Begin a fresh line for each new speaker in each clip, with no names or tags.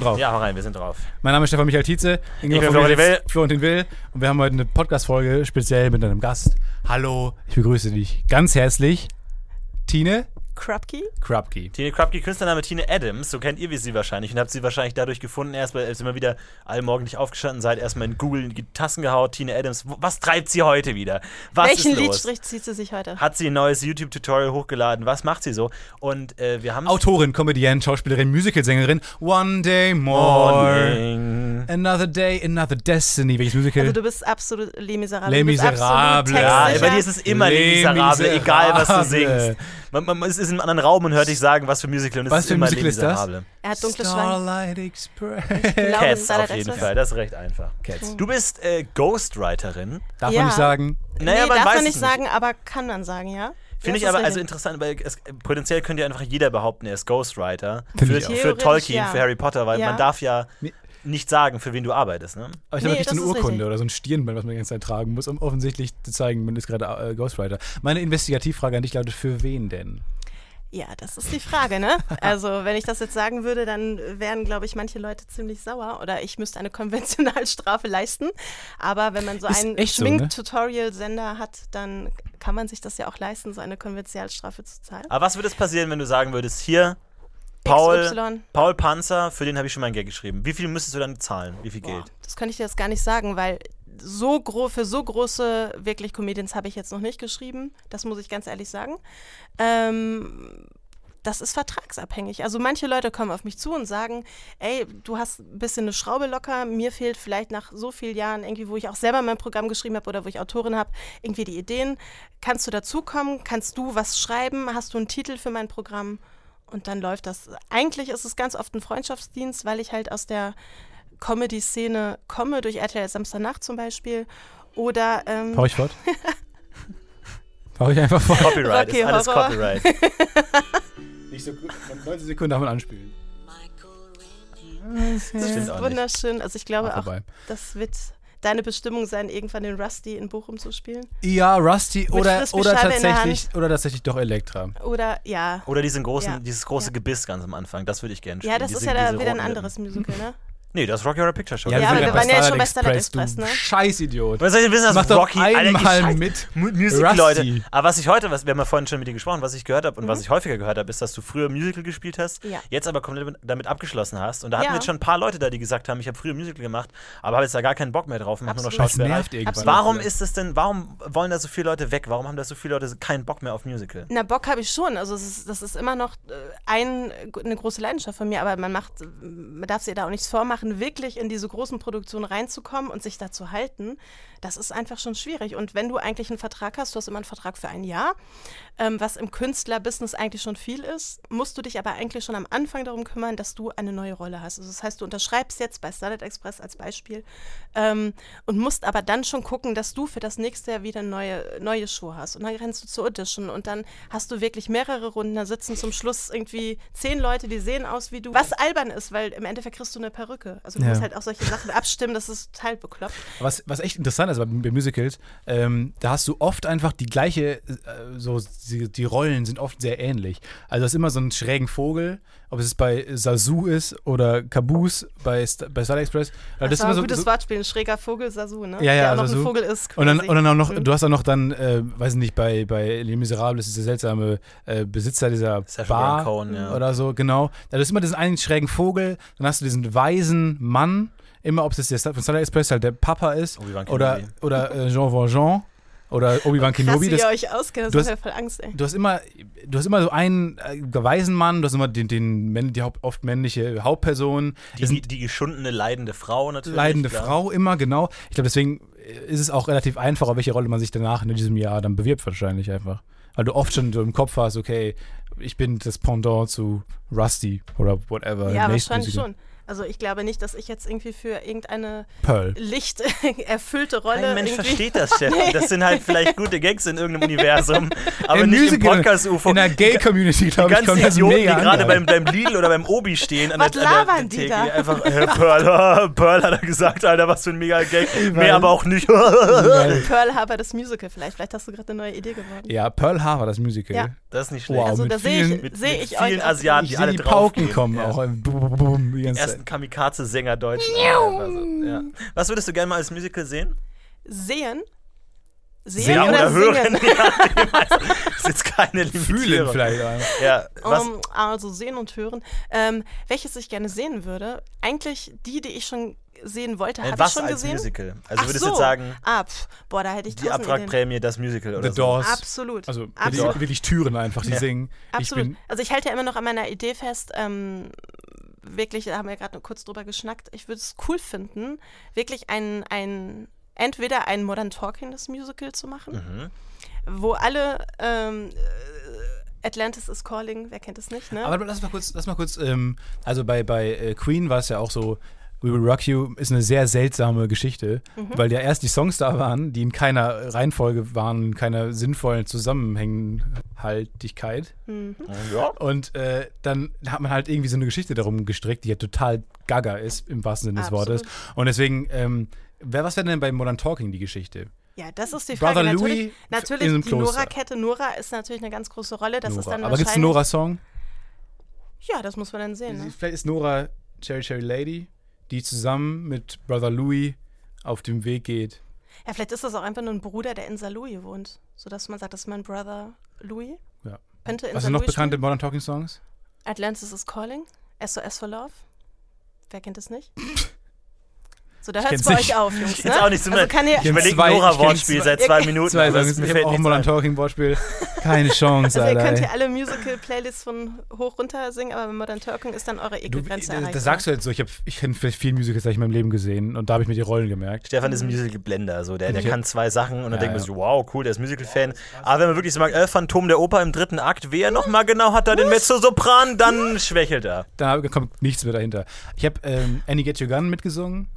drauf.
Ja, hau rein, wir sind drauf.
Mein Name ist Stefan Michael Tietze.
Ich bin Florian Will.
Florentin Will. Und wir haben heute eine Podcast-Folge speziell mit einem Gast. Hallo, ich begrüße dich ganz herzlich. Tine
Krupke?
Krupke.
Tine Krupke, Künstlername Tine Adams, so kennt ihr wie sie wahrscheinlich und habt sie wahrscheinlich dadurch gefunden, erstmal als ihr immer wieder allmorgendlich aufgestanden seid, erstmal in Google in die Tassen gehaut, Tine Adams, wo- was treibt sie heute wieder? Was
Welchen
ist los?
Liedstrich zieht sie sich heute?
Hat sie ein neues YouTube-Tutorial hochgeladen? Was macht sie so? Und äh, wir haben
Autorin, Komödiant, Schauspielerin, Musicalsängerin. One day more.
Morning.
Another day, another destiny. Welches Musical?
Also du bist absolut Les Miserables.
Les
du bist absolut
Miserables.
Ja,
textsicher.
bei dir ist es immer
Les
Les Miserable, egal was du
Miserables.
singst. Man, man, es ist in einem anderen Raum und hört dich sagen, was für Musical und es
Was
ist
für ein
immer
Musical
Les
ist das?
Miserable.
er hat dunkle Schwangen.
Starlight Express.
Glaube,
Cats
Starlight
auf jeden
Express.
Fall, das ist recht einfach.
Cats.
Du bist äh, Ghostwriterin.
Darf
Ja.
man nicht sagen.
Naja,
nee,
man
darf
weiß
man
es
nicht
nicht.
sagen, aber kann man sagen, ja?
Finde ich
Das ist
aber also
richtig.
interessant, weil es, äh, potenziell könnte ja einfach jeder behaupten, er ist Ghostwriter.
Finde
Für,
ich auch.
für
Theoretisch,
Tolkien,
ja.
für Harry Potter, weil
Ja.
man darf ja
Nee.
nicht sagen, für wen du arbeitest. Ne?
Aber ich habe
Nee,
wirklich so eine
das ist
Urkunde
richtig.
oder so ein Stirnband, was man die ganze Zeit tragen muss, um offensichtlich zu zeigen, man ist gerade äh, Ghostwriter. Meine Investigativfrage an dich lautet, für wen denn?
Ja, das ist die Frage, ne? Also, wenn ich das jetzt sagen würde, dann wären, glaube ich, manche Leute ziemlich sauer oder ich müsste eine Konventionalstrafe leisten. Aber wenn man so
Ist
einen
echt so,
Schmink-Tutorial-Sender hat, dann kann man sich das ja auch leisten, so eine Konventionalstrafe zu zahlen.
Aber was würde es passieren, wenn du sagen würdest, hier, Paul,
XY.
Paul Panzer, für den habe ich schon mal ein Geld geschrieben. Wie viel müsstest du dann zahlen? Wie viel
Boah,
Geld?
das könnte ich dir jetzt gar nicht sagen, weil so gro für so große wirklich Comedians habe ich jetzt noch nicht geschrieben. Das muss ich ganz ehrlich sagen. Ähm, das ist vertragsabhängig. Also manche Leute kommen auf mich zu und sagen, ey, du hast ein bisschen eine Schraube locker, mir fehlt vielleicht nach so vielen Jahren irgendwie, wo ich auch selber mein Programm geschrieben habe oder wo ich Autorin habe, irgendwie die Ideen. Kannst du dazukommen? Kannst du was schreiben? Hast du einen Titel für mein Programm? Und dann läuft das. Eigentlich ist es ganz oft ein Freundschaftsdienst, weil ich halt aus der Comedy-Szene komme, durch RTL Samstagnacht zum Beispiel. Oder ähm,
Hau ich fort? Hau ich einfach fort?
Copyright,
Rocky
ist alles
Horror.
Copyright.
Nicht so gut. 90 Sekunden darf man anspielen.
Das
das
stimmt
ist
auch nicht.
wunderschön. Also ich glaube
Ah,
auch,
vorbei.
das wird deine Bestimmung sein, irgendwann den Rusty in Bochum zu spielen.
Ja, Rusty oder,
Frisbee
oder,
Scheibe in der
tatsächlich, oder tatsächlich doch Elektra.
Oder ja.
Oder diesen großen,
Ja.
dieses große
Ja.
Gebiss ganz am Anfang, das würde ich gerne Oh, spielen.
Ja, das
diese,
ist ja da
diese
wieder ein
roten
anderes Musical, ne?
Lippen. Nee, das ist Rocky Horror Picture Show.
Ja,
sind
aber wir
bei
waren ja jetzt schon bei
Starlight
Starlight
Express, du
Express, ne?
Scheißidiot.
Was soll ich denn wissen, dass
Mach doch
Rocky alle
einmal
gescheit-
mit.
Mu- Music,
Rusty. Mhm.
Leute. Aber was ich heute, was, wir haben ja vorhin schon mit dir gesprochen, was ich gehört habe und was ich häufiger gehört habe, ist, dass du früher Musical gespielt hast,
Ja.
jetzt aber komplett damit- damit abgeschlossen hast. Und da hatten
Ja.
jetzt schon ein paar Leute da, die gesagt haben, ich habe früher Musical gemacht, aber habe jetzt da gar keinen Bock mehr drauf und mache nur noch
Absolut.
Das
Schauspielerei.
nervt irgendwann.
Absolut.
Warum ist es denn, warum wollen da so viele Leute weg? Warum haben da so viele Leute keinen Bock mehr auf Musical?
Na, Bock habe ich schon. Also es ist, das ist immer noch äh, ein, eine große Leidenschaft von mir, aber man macht, man darf sich da auch nichts vormachen, wirklich in diese großen Produktionen reinzukommen und sich da zu halten, das ist einfach schon schwierig. Und wenn du eigentlich einen Vertrag hast, du hast immer einen Vertrag für ein Jahr, ähm, was im Künstlerbusiness eigentlich schon viel ist, musst du dich aber eigentlich schon am Anfang darum kümmern, dass du eine neue Rolle hast. Also das heißt, du unterschreibst jetzt bei Starlight Express als Beispiel ähm, und musst aber dann schon gucken, dass du für das nächste Jahr wieder neue, neue Schuhe hast. Und dann rennst du zur Audition und dann hast du wirklich mehrere Runden. Da sitzen zum Schluss irgendwie zehn Leute, die sehen aus wie du. Was albern ist, weil im Endeffekt kriegst du eine Perücke. Also du
Ja.
musst halt auch solche Sachen abstimmen, das ist total bekloppt.
Was, was echt interessant ist bei, bei Musicals, ähm, da hast du oft einfach die gleiche, äh, so die, die Rollen sind oft sehr ähnlich. Also es ist immer so einen schrägen Vogel, ob es bei Sasu ist oder Caboose bei, Sta- bei Starlight Express. Das,
Das, war ein gutes Wortspiel, ein schräger Vogel, Sasu, ne?
Ja, ja,
Der auch noch
Sasu.
ein Vogel ist.
Und dann,
quasi.
und dann auch noch,
Mhm.
du hast dann noch dann, äh, weiß nicht, bei, bei Les Miserables, dieser seltsame äh, Besitzer dieser
Sacha
Bar
Baron Cohen, ja.
oder so, genau. Da ist immer diesen einen schrägen Vogel, dann hast du diesen weisen Mann, immer ob es jetzt der Star- von Starlight Express halt der Papa ist
Obi-Wan Kenobi.
oder, oder äh, Jean Valjean oder Obi-Wan
Krass,
Kenobi.
wie ihr
Das,
euch auskennt,
du
das
hast-
macht ja voll Angst, ey.
du hast immer, du hast immer so einen äh, weisen Mann, du hast immer den, den Männ- die haupt, oft männliche Hauptperson.
Die,
Das sind-
die, die geschundene, leidende Frau natürlich.
leidende
klar.
Frau immer, genau. Ich glaube, deswegen äh, ist es auch relativ einfach, auf welche Rolle man sich danach in diesem Jahr dann bewirbt, wahrscheinlich einfach. Weil du oft schon so im Kopf hast, okay, ich bin das Pendant zu Rusty oder
Äh,
whatever.
Ja,
im nächsten
wahrscheinlich
Musical.
schon. Also ich glaube nicht, dass ich jetzt irgendwie für irgendeine
Pearl.
licht erfüllte Rolle
Kein Mensch
irgendwie
versteht das, Stefan. Das sind halt vielleicht gute Gags in irgendeinem Universum, aber
Im
nicht
Musical,
im Podcast-UFO.
In der Gay-Community,
Die
glaube ich,
ganzen
kommt das
Idioten, die
mega
gerade
an,
beim, beim Lidl oder beim Obi stehen, an
Was
der, an der,
labern
der
die
Theke,
da?
einfach, äh, Pearl, Pearl hat er gesagt, Alter, was für ein mega Gag.
weiß.
Mehr aber auch nicht.
Alter.
Pearl Harbor das Musical vielleicht. Vielleicht hast du gerade eine neue Idee geworden.
Ja, Pearl Harbor, das Musical.
Ja.
Das ist nicht schlecht.
Wow,
also
mit
da sehe
vielen-
ich, seh
mit
ich
vielen
euch.
Asiaten.
Ich
Die
sehe
alle
die Pauken
draufgehen,
kommen
ja.
auch. Bum, bum, bum, die ganze
Erst besten Kamikaze-Sänger Deutschlands. Also, ja. Was würdest du gerne mal als Musical sehen?
Sehen?
Sehen oder
hören? Ja, dem- also, ist jetzt keine
Fühlen
Limitierung.
vielleicht. auch.
Ja, was, äh,
Ähm, also sehen und hören. Ähm, welches ich gerne sehen würde? Eigentlich die, die ich schon sehen wollte,
äh,
habe ich
was
schon
als
gesehen.
Musical? Also
Ach
würdest
so.
du jetzt sagen,
Ah, pf, boah, da hätte ich
die
tausend Ideen.
Abwrackprämie, das Musical oder
The
so?
Doors.
Absolut.
Also
absolut.
wirklich, wirklich Türen einfach, die
Ja.
singen.
Absolut.
Ich bin
also ich halte ja immer noch an meiner Idee fest, ähm, wirklich, da haben wir gerade nur kurz drüber geschnackt, ich würde es cool finden, wirklich ein, ein entweder ein Modern Talking das Musical zu machen,
Mhm.
wo alle ähm, äh, Atlantis is Calling, wer kennt es nicht, ne?
Aber lass mal kurz, lass mal kurz ähm, also bei, bei äh, Queen war es ja auch so, We Will Rock You ist eine sehr seltsame Geschichte,
Mhm.
weil ja erst die Songs da waren, die in keiner Reihenfolge waren, keiner sinnvollen Zusammenhängenhaltigkeit.
Ja.
Und äh, dann hat man halt irgendwie so eine Geschichte darum gestrickt, die ja total gaga ist, im wahrsten Sinne des
Absolut.
Wortes. Und deswegen, ähm, wer, was wäre denn bei Modern Talking die Geschichte?
ja, das ist die Frage.
Brother
natürlich
Louis
natürlich
in einem
die
Kloster.
Nora-Kette. Nora ist natürlich eine ganz große Rolle. Das ist
Nora.
dann
Aber gibt es einen
wahrscheinlich-
Nora-Song?
Ja, das muss man dann sehen. Ne?
Vielleicht ist Nora Cherry Cherry Lady, die zusammen mit Brother Louis auf dem Weg geht.
Ja, vielleicht ist das auch einfach nur ein Bruder, der in St. Louis wohnt, sodass man sagt, das ist mein Brother Louis.
Ja.
Könnte in
Was
St.
sind noch
Louis
bekannte Modern Talking Songs?
Atlantis is Calling, SOS for Love. Wer kennt es nicht? So, da
Ich
hört es
kenn's
bei
nicht.
euch auf, Jungs.
Jetzt
Ne?
auch nicht so
also
mit-
kann ihr,
Ich überlege
zwei- ich kenn
Nora-Wortspiel
zwei-
seit zwei Minuten.
Zwei
aber es
Songs, ich
mir
habe
fällt
auch ein
nichts
Modern
ein.
Talking Wortspiel. Keine Chance,
also ihr
Alter.
könnt
ey.
hier alle Musical-Playlists von hoch runter singen, aber bei Modern Talking ist dann eure
Du, äh,
Ekelgrenze
das,
erreicht.
das sagst du jetzt so, ich habe ich kenn vielleicht viele Musicals, die ich in meinem Leben gesehen und da habe ich mir die Rollen gemerkt.
Stefan ist ein Musical-Blender, so der, der
Mhm. Ja.
kann zwei Sachen und dann
Ja,
denkt man
ja.
sich, wow, cool, der ist Musical-Fan. Aber wenn man wirklich so mag, äh, Phantom der Oper im dritten Akt, wer nochmal genau hat da den Mezzosopran, dann schwächelt er.
Da kommt nichts mehr dahinter. Ich habe ähm, Annie Get Your Gun mitgesungen,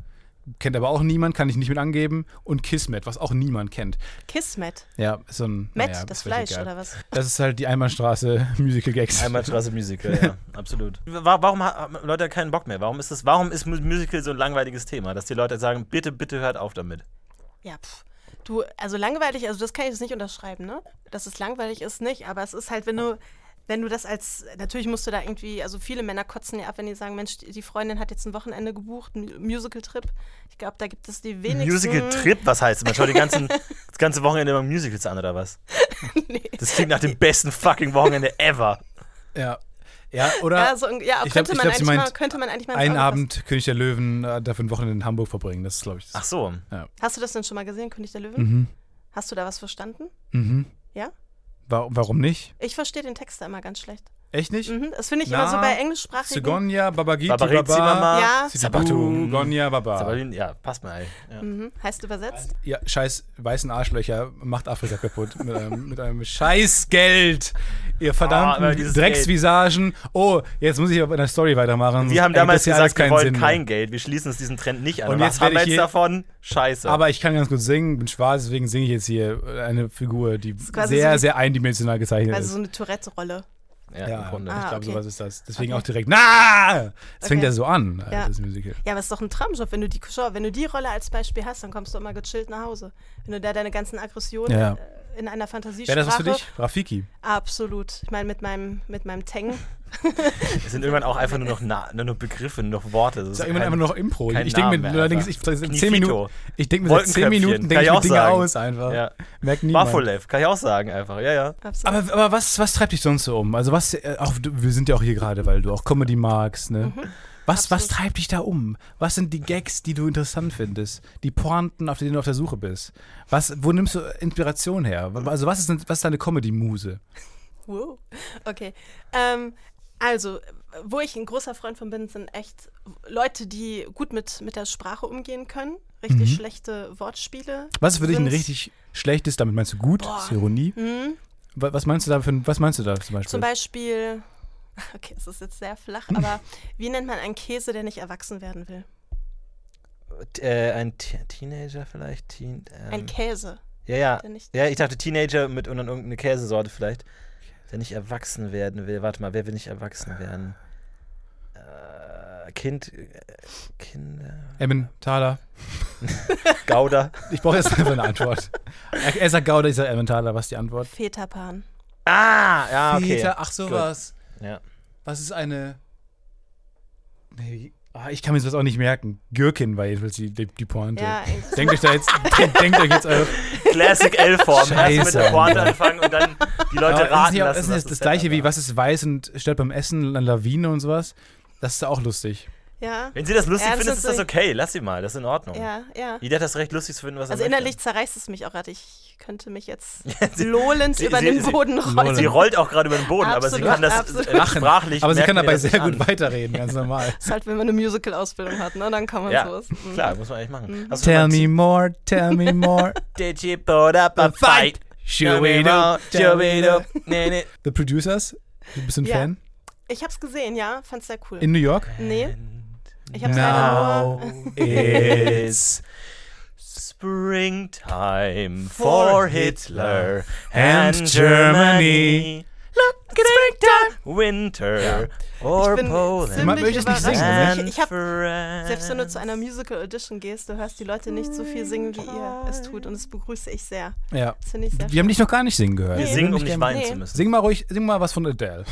kennt aber auch niemand, kann ich nicht mit angeben. Und Kismet, was auch niemand kennt.
Kismet.
Ja, ist so ein.
Matt,
naja,
das
ist vielleicht
Fleisch,
egal.
oder was?
Das ist halt die Einbahnstraße Musical Gags.
Einbahnstraße Musical, ja, absolut. Wa- Warum haben Leute keinen Bock mehr? Warum ist, das, warum ist Mu- Musical so ein langweiliges Thema, dass die Leute sagen, bitte, bitte hört auf damit?
Ja, pff. Du, also langweilig, also das kann ich jetzt nicht unterschreiben, ne? Dass es langweilig ist, nicht, aber es ist halt, wenn du, wenn du das als, natürlich musst du da irgendwie, also viele Männer kotzen ja ab, wenn die sagen, Mensch, die die Freundin hat jetzt ein Wochenende gebucht, ein Musical-Trip. Ich glaube, da gibt es die wenigsten.
Musical-Trip, was heißt man schaut die ganzen, das ganze Wochenende immer Musicals an oder was? Das klingt nach dem besten fucking Wochenende ever.
Ja. Ja, oder
Ja, so, ja
Ich glaub-
könnte,
ich glaub,
man
sie
eigentlich
meint,
mal, könnte man eigentlich mal ins
einen
Auge
Abend König der Löwen äh, dafür ein Wochenende in Hamburg verbringen. Das ist, glaube ich, das.
Ach so.
fassen. Hast du das denn schon mal gesehen, König der Löwen?
Mhm.
Hast du da was verstanden?
Mhm.
Ja?
Wa- Warum nicht?
Ich verstehe den Text da immer ganz schlecht.
Echt nicht?
Mhm, das finde ich
Na,
immer so bei englischsprachigen.
Sigonia, Babagiti,
Barbarizzi,
Baba.
Mama.
Ja.
Sabatu, Gonia, Baba.
Sabalin, ja, passt mal. ey. Ja.
Mhm, heißt übersetzt?
Ja, scheiß weißen Arschlöcher, macht Afrika kaputt mit einem, mit einem Scheißgeld. Ihr verdammten
Ah, aber dieses
Drecksvisagen. Oh, jetzt muss ich aber in der Story weitermachen. sonst
Wir haben
ergibt
damals
Hm. Äh, das hier alles
gesagt, wir
keinen Sinn
wollen
mehr.
kein Geld. Wir schließen uns diesen Trend nicht an.
Und
Und Was
jetzt
haben
werde
wir
ich
jetzt
hier-
davon? Scheiße.
Aber ich kann ganz gut singen, bin schwarz, deswegen singe ich jetzt hier eine Figur, die
quasi
sehr,
so wie-
sehr eindimensional gezeichnet
Also
ist.
so eine Tourette-Rolle.
ja,
ja,
im Grunde.
ich
Ah,
glaube,
okay.
sowas ist das. Deswegen
Okay.
auch direkt, na! Es fängt
Okay.
ja so an, äh,
Ja.
das Musical.
Ja, aber es ist doch ein Traumjob, wenn du die schau, wenn du die Rolle als Beispiel hast, dann kommst du immer gechillt nach Hause. Wenn du da deine ganzen Aggressionen
Ja.
äh, in einer Fantasie
Wäre das was für dich? Rafiki.
Absolut. Ich meine, mit meinem, mit meinem Teng.
Es sind irgendwann auch einfach nur noch, na, nur noch Begriffe, nur noch Worte. Das
Ist ja
ist
irgendwann
kein-
einfach nur noch Impro.
kein
Ich denke
Name
mir
mehr
allerdings, ich,
einfach.
seit
Knifito.
10 Minuten, ich denke mir seit 10
Wolkenköpfchen,
Minuten,
kann
denke ich
ich
mir
auch
Dinge
sagen.
aus einfach.
Ja.
Merkt niemand.
Baffolev, kann ich auch sagen einfach. Ja, ja.
Absolut.
Aber, aber was, was treibt dich sonst so um? Also was, äh, auch, du- wir sind ja auch hier gerade, weil du auch Comedy magst, ne? Was, was
Mhm. Absolut.
treibt dich da um? Was sind die Gags, die du interessant findest? Die Pointen, auf denen du auf der Suche bist? Was, wo nimmst du Inspiration her? Also was ist, denn- was ist deine Comedy-Muse?
Wow. Okay. Ähm, also, wo ich ein großer Freund von bin, sind echt Leute, die gut mit, mit der Sprache umgehen können. Richtig schlechte Wortspiele.
Mhm. Was ist für dich ein
sind's.
richtig schlechtes, damit meinst du gut,
Boah.
ist Ironie?
Hm?
Wa- Was meinst du da, für, ein- was meinst du da zum Beispiel?
Zum Beispiel, okay, es ist jetzt sehr flach, aber wie nennt man einen Käse, der nicht erwachsen werden will?
Äh, ein T Teenager vielleicht? Teen, ähm,
Äh.
Ein Käse,
ja, ja.
der nicht.
Ja, ich dachte Teenager mit und dann irgendeine Käsesorte vielleicht. Der nicht erwachsen werden will. Warte mal, wer will nicht erwachsen werden? Äh, kind. Äh, Kinder.
Emin, Thaler.
Gouda.
Ich brauche jetzt einfach eine Antwort. Er, er sagt Gouda, ich sage Emin Thaler. Was ist die Antwort?
Fetapan.
Ah, ja, okay.
Peter, ach
Gut.
sowas.
Ja.
Was ist eine. Nee, wie- Ah, ich kann mir sowas auch nicht merken. Gürkin war jedenfalls die, die, die Pointe.
Ja, eigentlich.
Denkt euch da jetzt, denkt, denkt euch jetzt eure.
Classic L-Form. Erst mit
Scheiße,
der Pointe
Alter.
anfangen und dann die Leute
Aber ist
raten
nicht auch-
lassen.
Ist nicht
was
das, das
Setup
gleiche wie,
war.
was ist weiß und statt beim Essen dann Lawine und sowas? Das ist auch lustig.
Ja,
Wenn sie das lustig
Ja, das
findet,
ist
ist das
so-
okay. Lass sie mal, das ist in Ordnung.
ja, ja.
Jeder hat das Recht, lustig zu finden, was
Also
er
innerlich
möchte.
zerreißt es mich auch gerade. Ich könnte mich jetzt
sie-
lohlend
sie-
über
sie-
den
sie-
Boden rollen.
Sie rollt auch gerade über den Boden, aber sie
Absolut,
kann das
absolut.
äh, sprachlich.
Aber sie kann
merken wir
dabei
das
sehr
an.
gut weiterreden, ganz normal.
Das ist halt, wenn man eine Musical-Ausbildung hat, ne? Dann kann man
Ja,
sowas. Mhm.
klar, muss man eigentlich machen. Hast du
Tell
schon mal-
me more, tell me more.
Did you put up a fight?
Should we do?
Should we do? Nee, nee.
The Producers? Du bist ein
Ja.
Fan?
Ich hab's gesehen, ja. Fand's sehr cool.
In New York?
nee, ich hab's leider nur.
Now it's
Springtime for Hitler
and
and
Germany.
Germany. Genau. Springtime, winter or
Ich bin
Man
Poland.
möchte
ziemlich
es nicht singen, ne?
überrascht.
and
Ich, ich hab,
France.
selbst wenn du zu einer Musical-Audition gehst, du hörst die Leute nicht so viel singen, wie ihr es tut. Und das begrüße ich sehr.
Ja.
Das finde ich sehr
Wir haben dich noch gar nicht singen gehört.
Wir
Nee.
singen, um
Ich
nicht
kenn-
weinen
Nee.
zu müssen.
Sing mal ruhig, sing mal was von Adele.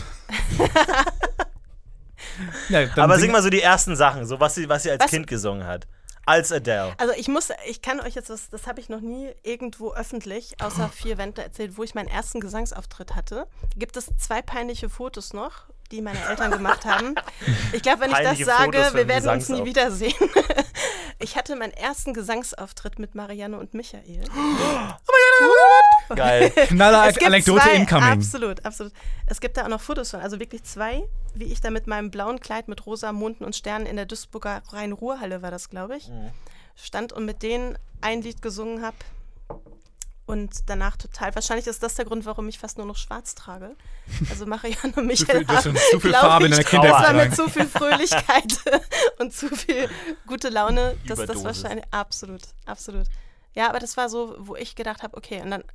ja, dann
Aber sing mal so die ersten Sachen, so was sie, was sie als
Was-
Kind gesungen hat. Als Adele.
Also ich muss, ich kann euch jetzt was, das habe ich noch nie irgendwo öffentlich, außer vier Wände erzählt, wo ich meinen ersten Gesangsauftritt hatte. Gibt es zwei peinliche Fotos noch, die meine Eltern gemacht haben. Ich glaube, wenn ich das
Peinliche
sage,
Fotos für
wir
einen
werden uns nie
Gesangsauf-
wiedersehen. Ich hatte meinen ersten Gesangsauftritt mit Marianne und Michael.
Geil.
Knaller
Es gibt
Anekdote
zwei,
incoming.
Absolut, absolut. Es gibt da auch noch Fotos von, also wirklich zwei, wie ich da mit meinem blauen Kleid mit rosa Monden und Sternen in der Duisburger Rhein-Ruhr-Halle war das, glaube ich,
Mhm.
stand und mit denen ein Lied gesungen habe. Und danach total. Wahrscheinlich ist das der Grund, warum ich fast nur noch schwarz trage. Also Marianne und
Zu viel-
Michael
das ist
haben,
schon zu viel
glaub
Farbe in
ich,
deiner Kindheit
Das war
getragen.
mit zu viel Fröhlichkeit und zu viel gute Laune, dass das
Überdosis.
wahrscheinlich. Absolut, absolut. Ja, aber das war so, wo ich gedacht habe, okay, und dann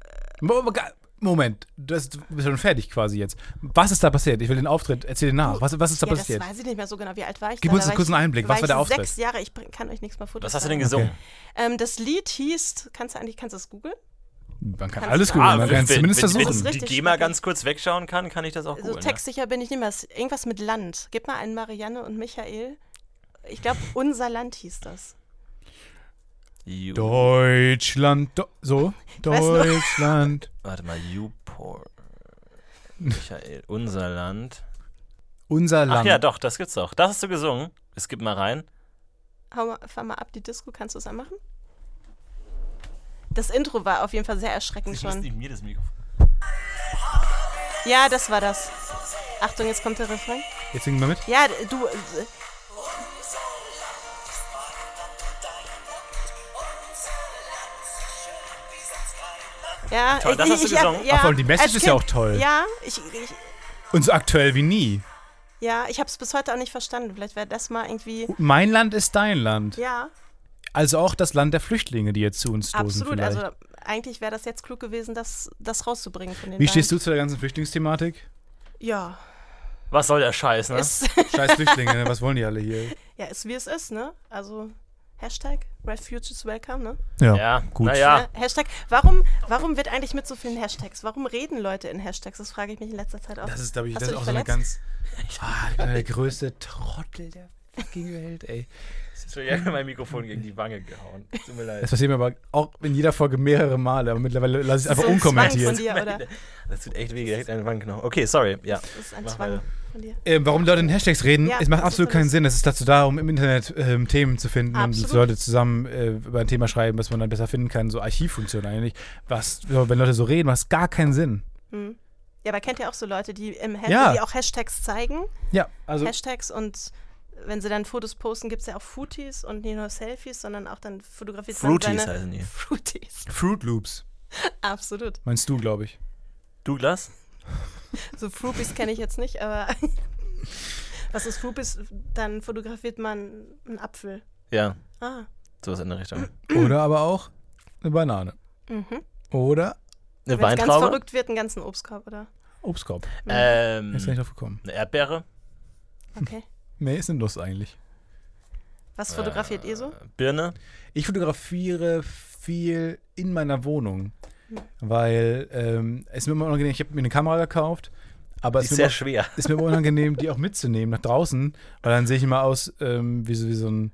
Mo- mo- ga- Moment, du hast- du bist schon fertig quasi jetzt. Was ist da passiert? Ich will den Auftritt, erzähl den nach. Was, was ist da
Oh. ja,
passiert?
das weiß ich nicht mehr so genau. Wie alt war ich
Gib
da?
uns
Da war
einen kurzen
ich,
Einblick. Was war der
ich
Auftritt?
Sechs Jahre. Ich bring- kann euch nichts mehr Fotos
Was hast du denn
sagen.
gesungen?
Ähm, das Lied hieß, kannst du eigentlich, kannst du das googeln?
Man kann
Kannst
alles
du-
googeln, man kann
wenn-
es zumindest
wenn,
versuchen.
Wenn die
Richtig
GEMA
schwierig.
ganz kurz wegschauen kann, kann ich das auch
So
googeln. ne?
textsicher bin ich nicht mehr. Es- Irgendwas mit Land. Gib mal einen Marianne und Michael. Ich glaube, unser Land hieß das.
ne? You-
Deutschland, do, so,
weiß nur-
Deutschland,
Warte mal, YouPorn. Michael, unser Land.
unser
Ach
Land.
ja, doch, das gibt's doch. Das hast du gesungen. Es gibt mal rein.
Hau mal, fahr mal ab die Disco. Kannst du es anmachen? Das Intro war auf jeden Fall sehr erschreckend schon.
mir das Mikrofon.
Ja, das war das. Achtung, jetzt kommt der Refrain.
Jetzt singen wir mit.
Ja, d- du. äh, Ja,
Toll, das hast du gesungen.
Ach, vor allem die Message
als
ist ja auch toll.
Ja, ich, ich,
Und so aktuell wie nie.
ja, ich habe es bis heute auch nicht verstanden. Vielleicht wäre das mal irgendwie.
Mein Land ist dein Land.
Ja,
Also auch das Land der Flüchtlinge, die jetzt zu uns stoßen
absolut.
vielleicht.
Also eigentlich wäre das jetzt klug gewesen, das, das rauszubringen von den
wie
beiden.
stehst du zu der ganzen Flüchtlingsthematik?
Ja,
Was soll der Scheiß, ne?
ist,
Scheiß Flüchtlinge, ne? was wollen die alle hier?
ja, ist wie es ist, ne? Also Hashtag Refugees Welcome, ne?
ja,
gut.
Naja,
Ne? Hashtag. Warum, warum wird eigentlich mit so vielen Hashtags? Warum reden Leute in Hashtags? Das frage ich mich in letzter Zeit auch.
Das ist, glaube ich,
Hast
das
du
ist auch
dich
so eine
verletzt?
ganz. Ah, ich bin der größte Trottel der fucking Welt, ey.
ja. mein Mikrofon gegen die Wange gehauen. Tut mir leid.
Das passiert mir aber auch in jeder Folge mehrere Male, aber mittlerweile lasse ich es
Das
einfach
ist so ein Zwang von
unkommentiert.
dir, oder?
Das tut echt weh, direkt an den Wangenknochen. Okay, sorry, ja.
Das ist ein
Mach
Zwang
weiter.
von dir.
Ähm, warum Leute in Hashtags reden,
Ja,
es macht
das ist
absolut
so
keinen
das-
Sinn. Es ist dazu da, um im Internet ähm, Themen zu finden
Absolut.
und Leute zusammen äh, über ein Thema schreiben, was man dann besser finden kann. So Archivfunktion eigentlich. Was, so, wenn Leute so reden, macht es gar keinen Sinn.
Ja, aber kennt ihr auch so Leute, die im Hashtag,
Ja.
die auch Hashtags zeigen?
Ja,
Ne?
also
Hashtags und wenn sie dann Fotos posten, gibt es ja auch Footies und nicht nur Selfies, sondern auch dann fotografiert man
Fruities
seine
heißen die.
Fruities.
Fruit Loops
Absolut.
meinst du, glaube ich.
Douglas?
So Fruities kenne ich jetzt nicht, aber was ist Fruities? Dann fotografiert man einen Apfel.
Ja,
Ah,
sowas in der
Hm.
Richtung.
Oder aber auch eine Banane. Oder
Eine
wenn es mhm. ganz
Weintraube?
verrückt wird, einen ganzen Obstkorb, oder?
Obstkorb.
Ähm,
Jetzt bin ich drauf gekommen.
eine Erdbeere?
Okay.
Nee, ist eine Nuss eigentlich.
Was
Äh,
fotografiert ihr so?
Birne?
Ich fotografiere viel in
Hm.
meiner Wohnung, weil ähm, es ist mir immer unangenehm, ich habe mir eine Kamera gekauft, Aber
Die
es
ist
ist,
sehr
mir,
schwer.
ist mir immer unangenehm, die auch mitzunehmen nach draußen, weil dann sehe ich immer aus ähm, wie, so, wie so, ein,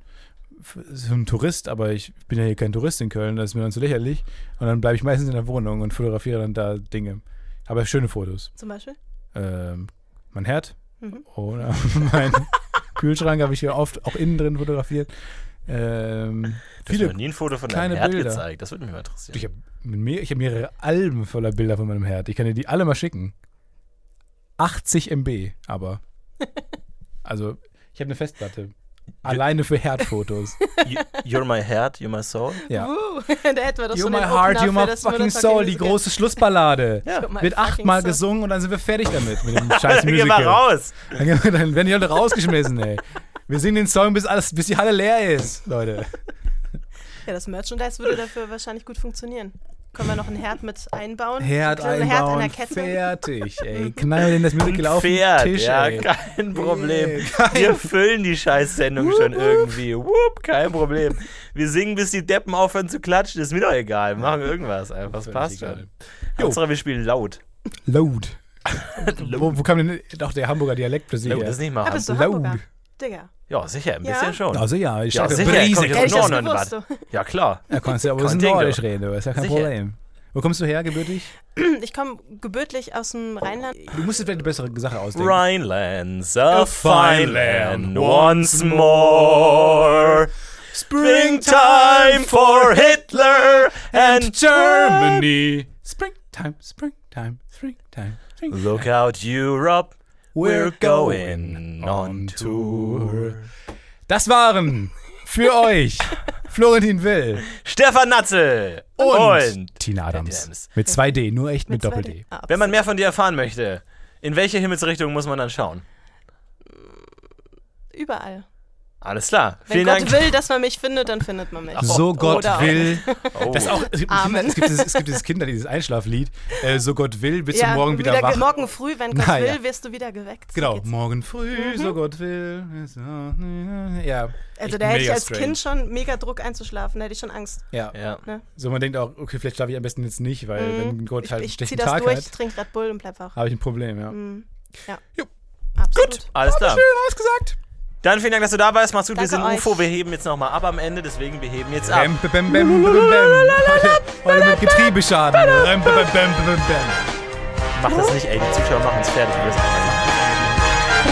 so ein Tourist, aber ich bin ja hier kein Tourist in Köln, das ist mir dann zu lächerlich. Und dann bleibe ich meistens in der Wohnung und fotografiere dann da Dinge. Aber schöne Fotos.
Zum Beispiel?
Ähm, mein Herd
Mhm.
oder mein Kühlschrank habe ich hier oft auch innen drin fotografiert. Ähm,
Du hast mir
viele
noch nie ein Foto von
kleine
deinem Herd
Bilder.
gezeigt. Das würde mich mal
Ich
interessieren.
habe mehr, ich hab mehrere Alben voller Bilder von meinem Herd. Ich kann dir die alle mal schicken. 80 MB, aber. Also, ich habe eine Festplatte. Alleine für Herdfotos.
You- You're my heart, you're my soul.
Ja.
Uh, da hätten wir doch
You're
schon
my
den
heart,
Opener
you're
für
my
das
fucking
Murdoch
soul, die
Musical.
große Schlussballade.
Ja.
You're my
Wird
fucking
achtmal
soul.
gesungen und dann sind wir fertig damit, mit dem scheiß
Geh mal
Musical.
raus.
Dann, dann werden die Leute rausgeschmissen, ey. Wir singen den Song, bis, alles, bis die Halle leer ist, Leute.
Ja, das Merchandise würde dafür wahrscheinlich gut funktionieren. Können wir noch einen Herd mit einbauen?
Herd
So einen Herd in der
einbauen,
Kette.
fertig, ey. Knall denen das Musical auf
Pferd,
den Tisch,
ja,
ey.
kein Problem.
Nee, kein-
Wir füllen die Scheißsendung
Wup,
schon
wup.
irgendwie. Wupp, kein Problem. Wir singen, bis die Deppen aufhören zu klatschen. Ist mir doch egal. Wir machen irgendwas einfach. Das
Völlig
passt
egal.
schon.
Jo.
Hauptsache, wir spielen laut.
Load. wo, wo kam denn doch der Hamburger Dialekt plötzlich
Laut
her?
ist nicht mal
Ah, bist
Hamburg.
du
Loud.
Hamburger? Digga.
Ja, sicher, ein
Ja?
bisschen schon.
Also ja, ich
Ja,
sage
sicher, komm, ich
Brise.
hab-
Hätte ich das
Norden,
gewusst. du.
Ja, klar.
Da kannst du ja aus
Kein
dem
Ding,
Nordisch
doch.
reden, du ist ja kein
Sicher.
Problem. Wo kommst du her, gebürtig?
Ich komme gebürtig aus dem Rheinland.
Du musst dir vielleicht eine bessere Sache ausdenken.
Rhineland's a
A
fine
fine
land
land
once
once
more. Springtime for Hitler and
and Germany. Springtime, springtime, springtime, springtime.
Look out, Europe. We're going on tour.
Das waren für euch Florentin Will
Stefan Natzel
und,
und
Tina
Adams.
Adams. Mit 2D, nur echt mit,
zwei
Doppel-D.
D. Ah,
Wenn man mehr von dir erfahren möchte, in welche Himmelsrichtung muss man dann schauen?
Überall.
Alles klar.
Wenn
Vielen
Gott
Dank.
will, dass man mich findet, dann findet man mich.
So Gott
Oder auch-
will.
Oh.
Das auch, es, gibt
Amen.
Kinder, es, gibt dieses, es gibt dieses Kinder, dieses Einschlaflied. Äh, so Gott will, bis
Ja,
du morgen wieder,
ge-
wach.
Morgen früh, wenn Gott
Na ja.
will, wirst du wieder geweckt. So
genau,
geht's. Mhm.
morgen früh, so Gott will. Ja.
Also
echt
da hätte ich
mega
als
strange.
Kind schon mega Druck einzuschlafen, da hätte ich schon Angst. ne?
Ja.
Ja.
So, man denkt auch, okay, vielleicht schlafe ich am besten jetzt nicht, weil wenn Gott
Mhm. Ich,
halt
ich
einen
zieh
schlechten
das
Tag
durch, Mhm.
hat,
trink Red Bull und bleib wach.
habe ich ein Problem, ja.
Ja.
Jo.
Absolut.
Gut.
Alles klar.
Schön ausgesagt.
Dann vielen Dank, dass du da warst. Mach's gut. wir
Danke
sind
euch.
UFO. Wir heben jetzt nochmal ab am Ende. Deswegen, wir heben jetzt ab.
Bäm, bäm, bäm, bäm, bäm, bäm. Heute- Heute mit Getriebeschaden. Bäm, bäm, bäm, bäm, bäm, bäm.
Mach das nicht, ey. Die Zuschauer machen es fertig. Wir müssen einfach machen.